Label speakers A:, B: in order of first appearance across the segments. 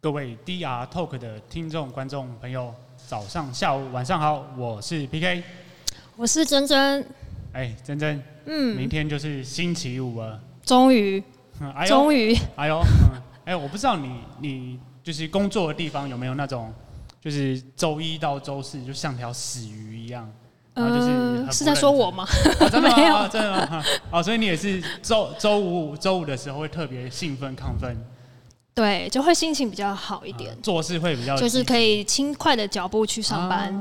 A: 各位 DR Talk 的听众、观众朋友，早上、下午、晚上好，我是 PK。
B: 我是珍珍，
A: 哎，珍珍，
B: 嗯，
A: 明天就是星期五了，
B: 终于，
A: 嗯哎呦，
B: 终于，
A: 哎呦，嗯哎，我不知道你你就是工作的地方有没有那种，就是周一到周四就像条死鱼一 样，然后就是很不
B: 呃，是在说我吗？
A: 啊、真的吗？
B: 没有
A: 啊真的吗？哦，所以你也是周周五周五的时候会特别兴奋亢奋
B: 对，就会心情比较好一点
A: 啊，做事会比较
B: 就是可
A: 以
B: 以轻快的脚步去上班，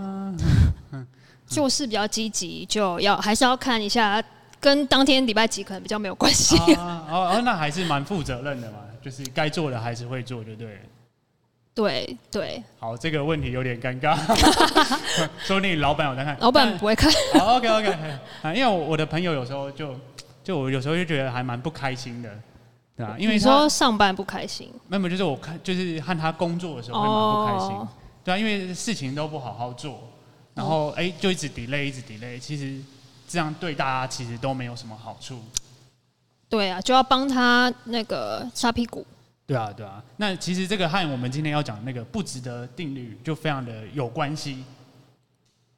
A: 啊
B: 做事比较积极，就要还是要看一下，跟当天礼拜几可能比较没有关系。
A: 啊哦哦，那还是蛮负责任的嘛，就是该做的还是会做，就对了。
B: 对对，
A: 好，这个问题有点尴尬，说不定老板有在看。
B: 老板不会看，
A: 但好，OK OK，啊，因为我我的朋友有时候就就我有时候就觉得还蛮不开心的，对 啊，因为
B: 你
A: 他
B: 说上班不开心，
A: 没有，就是我看就是和他工作的时候会蛮不开心，
B: 哦
A: 对啊，因为事情都不好好做，然
B: 嗯
A: 后哎、就一直 delay 一直 delay，其实这样对大家其实都没有什么好处。
B: 对啊，就要帮他那个擦屁股。
A: 对啊，对啊。那其实这个和我们今天要讲那个不值得定律就非常的有关系。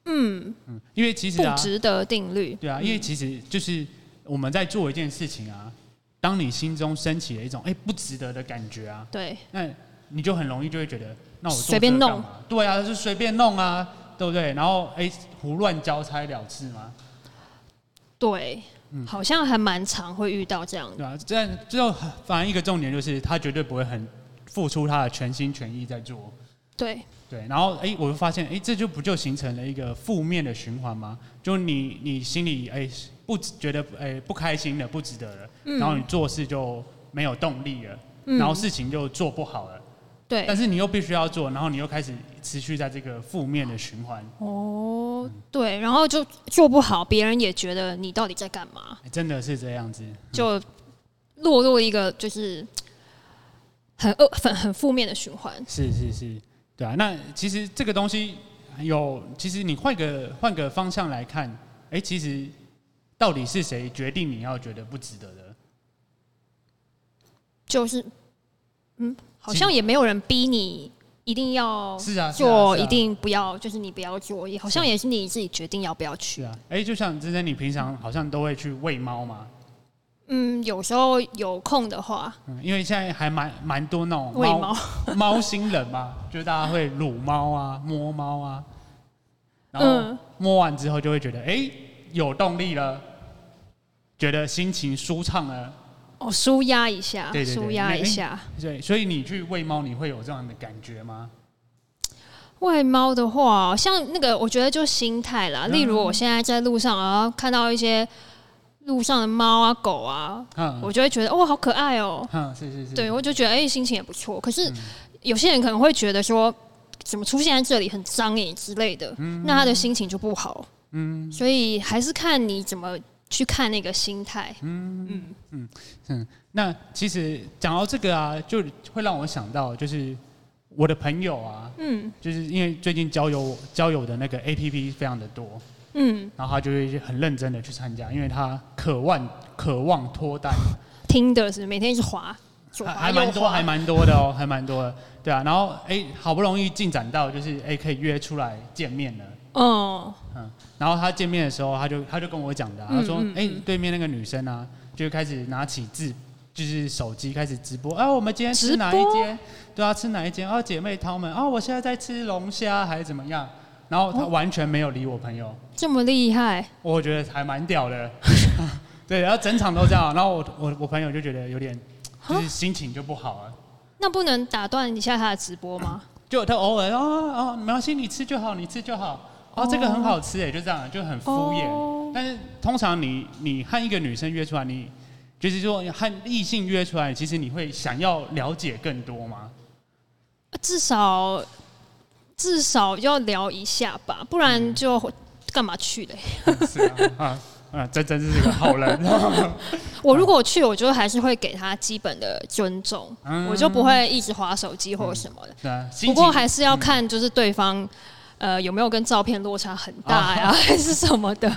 A: 嗯嗯，因为其实
B: 不
A: 啊，
B: 值得定律，
A: 对啊，因为其实就是我们在做一件事情啊，当你心中升起了一种哎、不值得的感觉啊，
B: 对，
A: 那你就很容易就会觉得，那我做
B: 随便
A: 这个
B: 弄
A: 干嘛，对啊，就随便弄啊，对不对？然后哎、胡乱交差了事嘛，
B: 对，
A: 嗯
B: 好像还蛮常会遇到这样的。
A: 对啊，这样最后反正一个重点就是他绝对不会很付出他的全心全意在做。
B: 对，
A: 对，然后哎、诶我就发现哎、诶这就不就形成了一个负面的循环吗？就你你心里哎、诶不觉得哎、诶不开心了，不值得了，
B: 嗯
A: 然后你做事就没有动力了，然后事情就做不好了，
B: 对
A: 但，是你又必须要做，然后你又开始持续在这个负面的循环，
B: 哦，对，然后就做不好，别人也觉得你到底在干嘛，
A: 诶真的是这样子。
B: 就落入一个就是很恶、很很负面的循环。
A: 是是是，对啊。那其实这个东西有，其实你换个换个方向来看，哎、其实到底是谁决定你要觉得不值得的？
B: 就是，嗯，好像也没有人逼你一定要
A: 是啊，是啊
B: 做，
A: 是啊
B: 一定不要，就是你不要做，也好像也是你自己决定要不要
A: 是
B: 去。
A: 啊，哎、就像之前你平常好像都会去喂猫嘛，
B: 嗯，有时候有空的话，
A: 嗯，因为现在还蛮蛮多那种
B: 喂猫
A: 猫 猫星人嘛，就是大家会撸猫啊、摸猫啊，然后
B: 嗯
A: 摸完之后就会觉得哎、有动力了，觉得心情舒畅了，
B: 哦，舒压一下
A: 对，对对
B: 舒压
A: 那
B: 一
A: 哎
B: 下。
A: 对，所以你去喂猫，你会有这样的感觉吗？
B: 喂猫的话，像那个，我觉得就心态啦。
A: 嗯
B: 例如，我现在在路上啊，然后看到一些路上的猫啊、狗啊，
A: 嗯，
B: 我就会觉得哦，好可爱哦、
A: 嗯，是是是，
B: 对，我就觉得哎、心情也不错。可是有些人可能会觉得说，怎么出现在这里很脏耶之类的，
A: 嗯
B: 那他的心情就不好。嗯，所以还是看你怎么去看那个心态。
A: 嗯那其实讲到这个啊，就会让我想到，就是我的朋友啊，嗯，就是因为最近交友交友的那个 A P P 非常的多，
B: 嗯，
A: 然后他就会很认真的去参加，因为他渴望渴望脱 单，
B: 听的是每天一直滑，左
A: 还
B: 滑
A: 还
B: 右
A: 蛮多
B: 滑
A: 还，蛮多的哦，还蛮多的，对啊，然后哎、好不容易进展到就是哎、可以约出来见面了。
B: 嗯，
A: 嗯，然后他见面的时候，他就他就跟我讲的啊、他说：“哎、
B: 嗯
A: 对面那个女生啊，就开始拿起自就是手机开始直播，啊，我们今天吃
B: 直
A: 哪一
B: 播
A: 间？对啊，吃哪一间？啊，姐妹淘们，啊，我现在在吃龙虾还是怎么样？”然后
B: 哦
A: 他完全没有理我朋友，
B: 这么厉害，
A: 我觉得还蛮屌的。 对，然后整场都这样，然后我我我朋友就觉得有点就是心情就不好了。
B: 那不能打断一下他的直播吗？
A: 就他偶尔啊啊，没关系，你吃就好，你吃就好。哦，这个很好吃哎，就这样，就很敷衍。
B: 哦
A: 但是通常你你和一个女生约出来，你就是说和异性约出来，其实你会想要了解更多吗？
B: 呃至少至少要聊一下吧，
A: 嗯
B: 不然就干嘛去嘞？
A: 是啊，啊 啊，真真是个好人。 啊
B: 我如果去，我就还是会给他基本的尊重，
A: 嗯
B: 我就不会一直划手机或者什么的。
A: 对啊，心情
B: 不过还是要看就是对方。呃有没有跟照片落差很大
A: 啊
B: 呀， 还是什么的。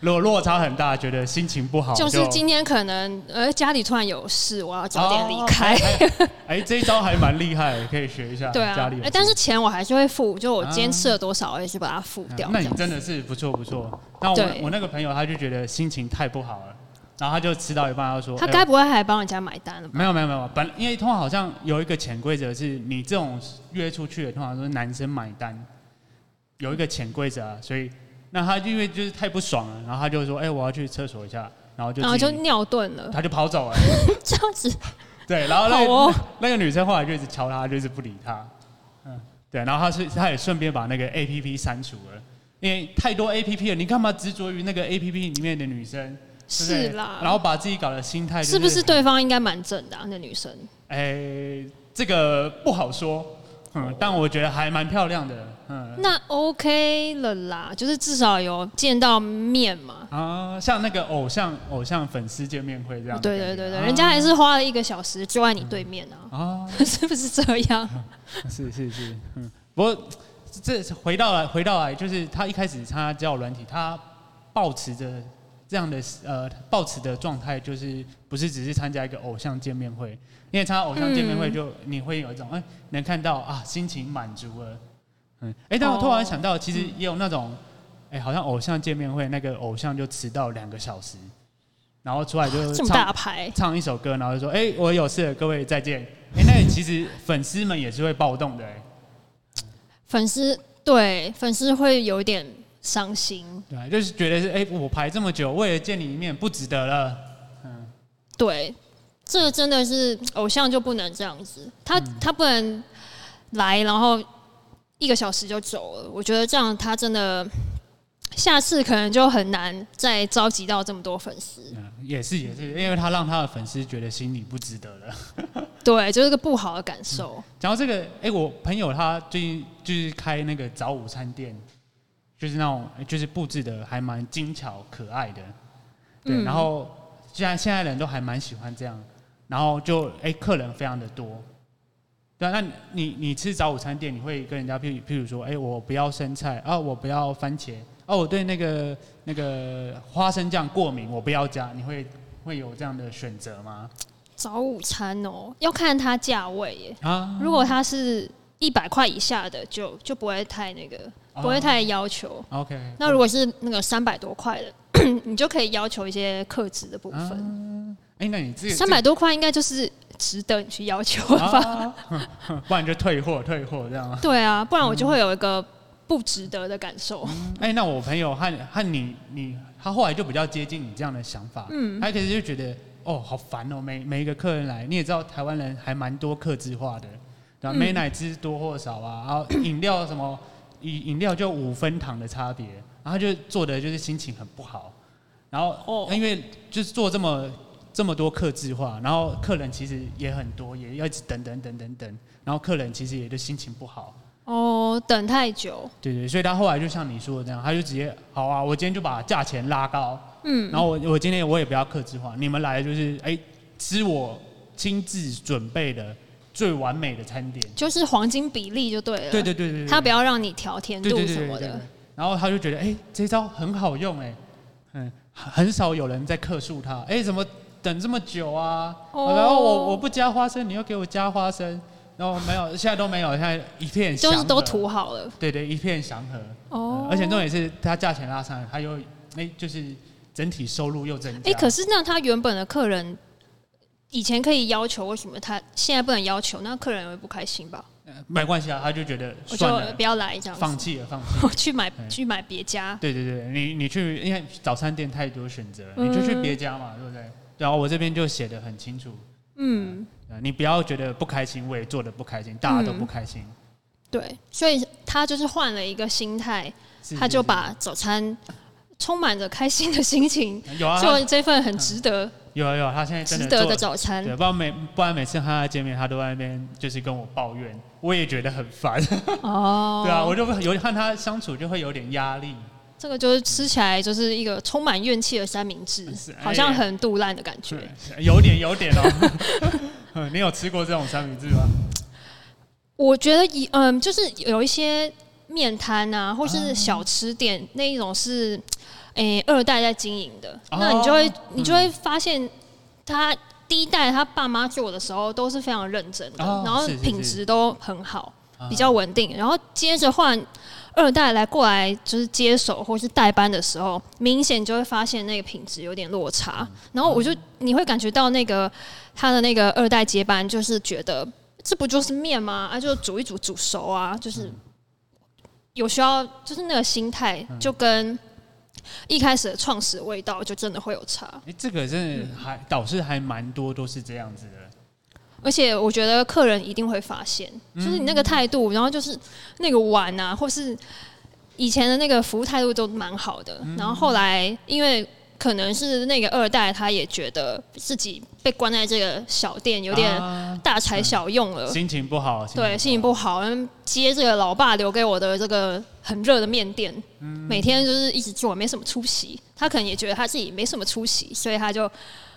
A: 如果落差很大，觉得心情不好，
B: 就是今天可能呃家里突然有事，我要早点离开。
A: 哦哎，这一招还蛮厉害，可以学一下。
B: 对
A: 家
B: 啊
A: 里有，
B: 哎，但是钱我还是会付，就我今天吃了多少，我也是把它付掉。
A: 嗯那
B: 这
A: 你
B: 样
A: 真的是不错不错。那我
B: 对
A: 我那个朋友他就觉得心情太不好了，然后他就吃到一半，他说
B: 他
A: 哎
B: 该不会还帮人家买单了吧？
A: 没有没有没有，本因为通常好像有一个潜规则是，你这种约出去的通常都是男生买单，有一个潜规则啊，所以那他因为就是太不爽了，然后他就说，哎、我要去厕所一下，然后就
B: 然后
A: 自
B: 啊就
A: 己
B: 尿遁了，
A: 他就跑走了，
B: 这样子
A: 对，然后那个、
B: 好哦
A: 那个女生后来就一直敲他，就是不理他，嗯，对，然后他是他也顺便把那个 A P P 删除了，因为太多 A P P 了，你干嘛执着于那个 A P P 里面的女生？对不对
B: 是啦。
A: 然后把自己搞的心态、就是
B: 不是对方应该蛮正的、啊？那女生
A: 哎、这个不好说，嗯，但我觉得还蛮漂亮的，嗯
B: 那 OK 了啦，就是至少有见到面嘛。
A: 啊，像那个偶像偶像粉丝见面会这样的
B: 对
A: 感觉，
B: 对对对，
A: 啊
B: 人家还是花了一个小时就在你对面
A: 啊，
B: 啊，是不是这 样？
A: 是是是，嗯，不过这这回到来回到来，就是他一开始参加交友软体，他抱持着这样的呃抱持的状态，就是不是只是参加一个偶像见面会，因为参加偶像见面会就、你会有一种哎、能看到啊心情满足了，嗯，哎、但我突然想到，其实也有那种哎、好像偶像见面会那个偶像就迟到两个小时，然后出来就
B: 这
A: 唱
B: 么大牌，
A: 唱一首歌，然后就说：“哎、我有事了，各位再见。哎，那其实粉丝们也是会暴动的、哎，
B: 粉丝对粉丝会有一点伤心。
A: 对啊，就是觉得是哎、我排这么久，为了见你一面，不值得了。嗯，
B: 对，这真的是偶像就不能这样子，他、嗯他不能来，然后一个小时就走了。我觉得这样他真的下次可能就很难再召集到这么多粉丝。
A: 嗯也是也是，因为他让他的粉丝觉得心里不值得了。
B: 对，就是个不好的感受。
A: 讲到这个，哎、我朋友他最近就是开那个早午餐店，就是那种就是布置的还蛮精巧可爱的，对，
B: 嗯
A: 然后现在现在人都还蛮喜欢这样，然后就哎、客人非常的多，对啊，那你你你吃早午餐店，你会跟人家譬如譬如说，哎、我不要生菜啊，我不要番茄啊，我对那个那个花生酱过敏，我不要加，你会会有这样的选择吗？
B: 早午餐哦、要看它价位耶。
A: 啊，
B: 如果它是一百块以下的，就就不会太那个，不会太要求。
A: 啊 OK，
B: 那如果是那个三百多块的， 你就可以要求一些克制的部分。
A: 哎、那你这个
B: 三百多块应该就是值得你去要求了吧？
A: 啊，不然就退货退货这样啊。
B: 对啊，不然我就会有一个不值得的感受。
A: 哎、那我朋友和和你你他后来就比较接近你这样的想法，嗯，他一开始就觉得哦好烦哦，每每一个客人来，你也知道台湾人还蛮多客制化的，对吧、
B: 嗯
A: 美乃滋多或少啊，然后饮料什么饮饮料就五分糖的差别，然后他就做的就是心情很不好，然后
B: 哦
A: 因为就是做这么这么多客制化，然后客人其实也很多，也要一直等等等等等，然后客人其实也就心情不好。
B: 哦，等太久，
A: 对对，所以他后来就像你说的这样，他就直接好啊，我今天就把价钱拉高，嗯，然后我我今天我也不要克制化，你们来就是哎吃我亲自准备的最完美的餐点，
B: 就是黄金比例就对了。啊
A: 对对对对，对
B: 他不要让你调甜
A: 对
B: 度
A: 对对
B: 什
A: 对
B: 么
A: 对对
B: 的。，
A: 然后他就觉得哎这招很好用哎，嗯，很少有人在克诉他，哎怎么等这么久啊？
B: 哦
A: 然后我我不加花生，你又给我加花生，然后没有，现在都没有，现在一片
B: 就是
A: 祥
B: 都
A: 和
B: 涂好了
A: 对对，一片祥和。
B: 哦
A: 嗯而且重点是它价钱拉上来，它又哎、就是整体收入又增加。
B: 哎、可是那他原本的客人以前可以要求，为什么他现在不能要求？那客人会不开心吧？
A: 呃没关系啊，他就觉得
B: 我
A: 算
B: 就
A: 了
B: 不，要来这样
A: 放嗯
B: 子，
A: 弃了，放弃。
B: 我去买
A: 对
B: 去买别家。
A: 对对对，你你去，因为早餐店太多选择了，
B: 嗯
A: 你就去别家嘛，对不对？然后我这边就写的很清楚，
B: 嗯，
A: 呃你不要觉得不开心，我也做的不开心，大家都不开心，
B: 对，所以他就是换了一个心态，
A: 是
B: 他就是把早餐充满着开心的 心情，
A: 是有啊，
B: 做
A: 他
B: 这份很值得、
A: 有啊有啊，他现在真
B: 值
A: 的
B: 得
A: 做
B: 的早餐
A: 对，不然每不然每次和他见面，他都在那边就是跟我抱怨，我也觉得很烦。
B: 哦。
A: 对啊，我就会有和他相处就会有点压力。
B: 这个就是吃起来就是一个充满怨气的三明治
A: 是，哎
B: 好像很肚烂的感觉。
A: 对，有点有点哦。 你有吃过这种三明治吗？
B: 我觉得以嗯，就是有一些面摊啊，或是小吃店、那一种是，诶、二代在经营的，
A: 哦嗯
B: 那你就会你就会发现他。第一代他爸妈做的时候都是非常认真的，
A: 哦
B: 然后
A: 是是
B: 品
A: 是
B: 质都很好，
A: 啊
B: 比较稳定。然后接着换二代来过来就是接手或是代班的时候，明显就会发现那个品质有点落差。
A: 嗯
B: 然后我就你会感觉到那个他的那个二代接班，就是觉得这不就是面吗？啊，就煮一煮煮熟
A: 嗯
B: 啊，就是有需要，就是那个心态
A: 嗯
B: 就跟一开始的创始味道就真的会有差。
A: 哎、这个真的还导师还蛮多都是这样子的。
B: 而且我觉得客人一定会发现，就是你那个态度，然后就是那个碗啊，或是以前的那个服务态度都蛮好的。然后后来因为可能是那个二代，他也觉得自己被关在这个小店有点呃
A: 啊
B: 大材小用了，
A: 心情不好，
B: 对，心情
A: 不好
B: 不好，嗯，接这个老爸留给我的这个很热的面店，
A: 嗯
B: 每天就是一直做，没什么出息。他可能也觉得他自己没什么出息，所以他就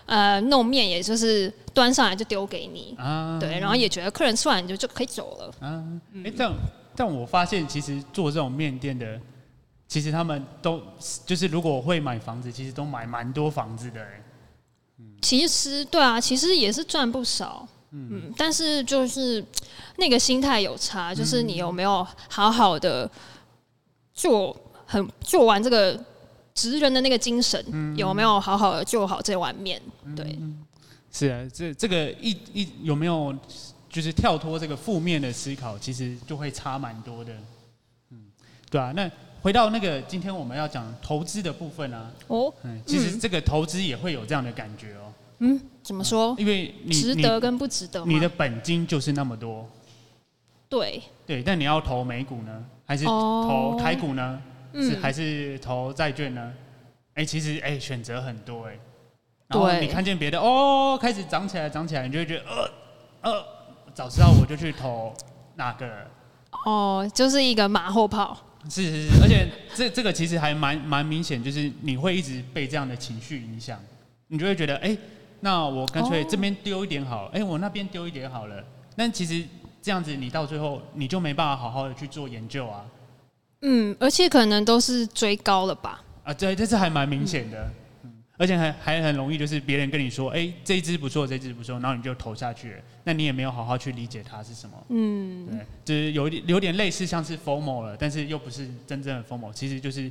B: 呃弄面，也就是端上来就丢给你，
A: 啊。
B: 对，然后也觉得客人吃完就就可以走了。
A: 啊，哎、但但我发现其实做这种面店的，其实他们都就是如果会买房子，其实都买蛮多房子的、哎
B: 其实对啊，其实也是赚不少。嗯，但是就是那个心态有差，就是你有没有好好的做很做完这个职人的那个精神，
A: 嗯
B: 有没有好好的做好这碗面？对，
A: 是啊，这这个一一有没有就是跳脱这个负面的思考，其实就会差蛮多的。嗯，对啊。那回到那个今天我们要讲投资的部分啊，
B: 哦，
A: 嗯，其实这个投资也会有这样的感觉哦，
B: 嗯，怎么说？
A: 因为啊你
B: 值得跟不啊值得
A: 你你
B: 吗？
A: 的本金就是那么多，
B: 对，
A: 对，但你要投美股呢，还是
B: 哦
A: 投台股呢？是
B: 嗯，
A: 还是投债券呢？哎、其实哎、选择很多哎、然后
B: 对
A: 你看见别的哦，开始涨起来，涨起来，你就会觉得呃呃，早知道我就去投哪个了。
B: 哦，就是一个马后炮。
A: 是是是，而且这这个其实还蛮蛮明显，就是你会一直被这样的情绪影响，你就会觉得哎、那我干脆
B: 哦
A: 这边丢一点好，哎、我那边丢一点好了。但其实这样子，你到最后你就没办法好好的去做研究啊
B: 嗯，而且可能都是追高了吧？
A: 啊，对，这是还蛮明显的。嗯而且还还很容易，就是别人跟你说，哎、这一只不错，这一只不错，然后你就投下去了，那你也没有好好去理解它是什么，
B: 嗯，
A: 对，就是有一点有点类似像是 formal 了，但是又不是真正的 formal，其实就是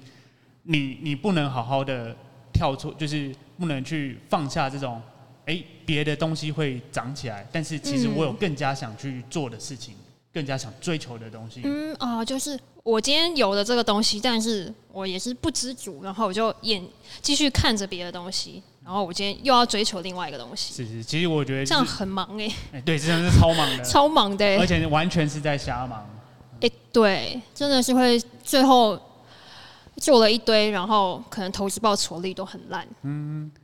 A: 你你不能好好的跳出，就是不能去放下这种，哎、别的东西会涨起来，但是其实我有
B: 嗯
A: 更加想去做的事情，更加想追求的东西，
B: 嗯啊、就是我今天有了这个东西，但是我也是不知足，然后我就眼继续看着别的东西，然后我今天又要追求另外一个东西，
A: 是是，其实我觉得、
B: 这
A: 就是
B: 样，很忙哎、，
A: 哎、对，真的是超忙的
B: 超忙的哎、
A: 而
B: 欸哎
A: 且完全是在瞎忙。
B: 对，真的是会最后做了一堆，然后可能投资报酬率都很烂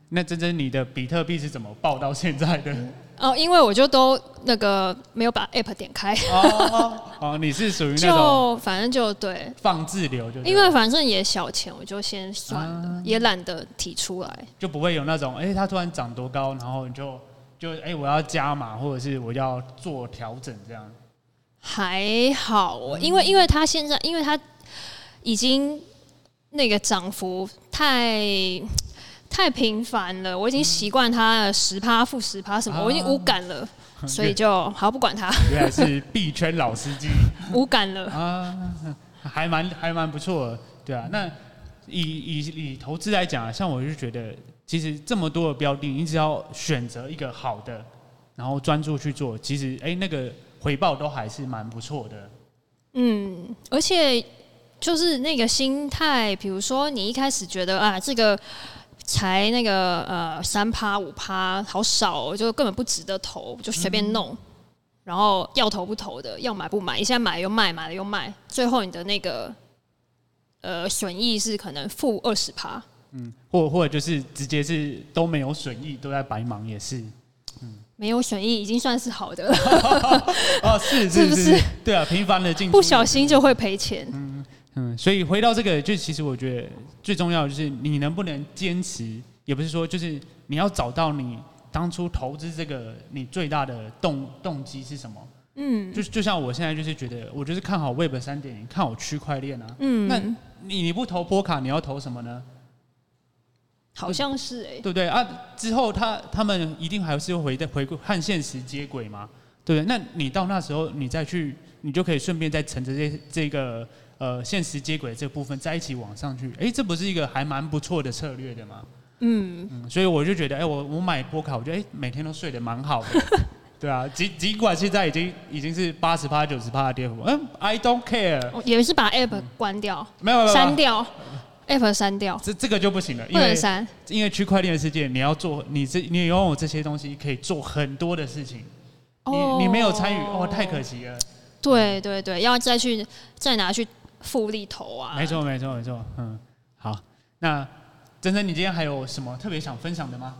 A: 那珍珍，你的比特币是怎么报到现在的？
B: 哦，因为我就都那个没有把 app 点开，
A: 哦 哦，你是属于那种
B: 就反正就对，
A: 放自流，就是
B: 因为反正也小钱，我就先算了，
A: 啊
B: 也懒得提出来。
A: 就不会有那种，哎、它突然涨多高，然后你就就哎、我要加码，或者是我要做调整这样。
B: 还好哦，因为因为它现在，因为它已经那个涨幅太太频繁了，我已经习惯它十趴、负十趴什么，
A: 啊
B: 我已经无感了，所以就好不管它，
A: 原来是币圈老司机
B: 无感了。
A: 啊，还蛮还蛮不错的，对啊。那以以以投资来讲啊，像我就觉得，其实这么多的标的，你只要选择一个好的，然后专注去做，其实哎、那个回报都还是蛮不错的。
B: 嗯，而且就是那个心态，比如说你一开始觉得啊，这个才那个呃三趴五趴，好少、哦，就根本不值得投，就随便
A: 嗯
B: 弄。然后要投不投的，要买不买，一下买又卖，买了又卖，最后你的那个呃损益是可能负二十趴。
A: 或或者就是直接是都没有损益，都在白忙也是。
B: 没有损益已经算是好的了，
A: 哦，是
B: 是不
A: 是
B: 是
A: 是，对啊，频繁的进出
B: 不小心就会赔钱。
A: 嗯，所以回到这个，就其实我觉得最重要的就是你能不能坚持，也不是说就是你要找到你当初投资这个你最大的动动机是什么，
B: 嗯
A: 就就像我现在就是觉得，我就是看好 Web 三点零，看好区块链啊。那
B: 嗯，
A: 你你不投波卡，你要投什么呢？
B: 好像是哎、
A: 对不对啊？之后他他们一定还是会回到回归和现实接轨嘛，对不对？那你到那时候，你再去，你就可以顺便再乘着这这个呃现实接轨的这部分在一起往上去。哎，这不是一个还蛮不错的策略的嘛？
B: 嗯，
A: 嗯，所以我就觉得，哎，我我买波卡，我觉得哎每天都睡得蛮好的。 对啊，尽尽管现在已经已经是八十趴、九十趴的跌幅，嗯，I don't care，
B: 我哦也是把 app 关掉、
A: 没有没有没有
B: 删掉，app 删掉，
A: 这这个就不行了，
B: 不
A: 因为
B: 能删。
A: 因为区块链的世界，你要做你这你拥有这些东西，可以做很多的事情。
B: 哦
A: 你你没有参与，哦，太可惜了。
B: 对对对，要再去再拿去复利投啊。
A: 没，错，没错，没错。嗯，好，那珍珍，你今天还有什么特别想分享的吗？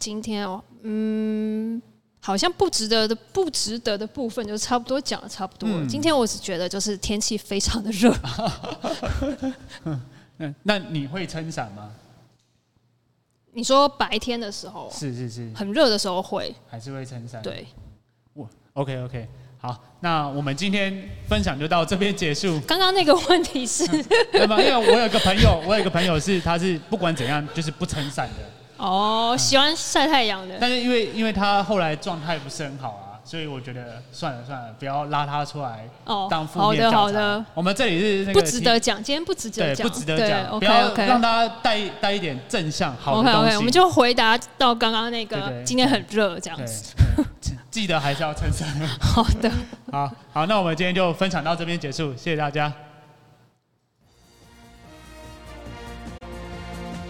B: 今天哦，嗯，好像不值得的不值得的部分就差不多讲的差不多了。今天我只觉得就是天气非常的热，
A: 啊嗯，那你会撑伞吗？
B: 你说白天的时候
A: 是是是，
B: 很热的时候会，
A: 还是会撑伞。
B: 对，
A: 我 OK OK，好，那我们今天分享就到这边结束。
B: 刚刚那个问题是
A: 对吧？因为我有一个朋友，我有一个朋友是他是不管怎样就是不撑伞的。
B: 哦，喜欢晒太阳的，
A: 但是因为因为他后来状态不是很好啊，所以我觉得算了算了，不要拉他出来
B: 哦
A: 当，负
B: 好
A: 面教
B: 的
A: 材。
B: 好的，
A: 我们这里是那个
B: 不值得讲，今天不值
A: 提，对
B: 得，讲，
A: 不值得
B: 对
A: 讲，不
B: ，OK
A: 要
B: OK，
A: 让大家带带一点正向好的
B: OK
A: 东西。
B: OK，我们就回答到刚刚那
A: 对
B: 个
A: 对
B: 今天很热这样
A: 对
B: 子。，
A: 对记得还是要撑伞。
B: 好的，
A: 好好，那我们今天就分享到这边结束，谢谢大家。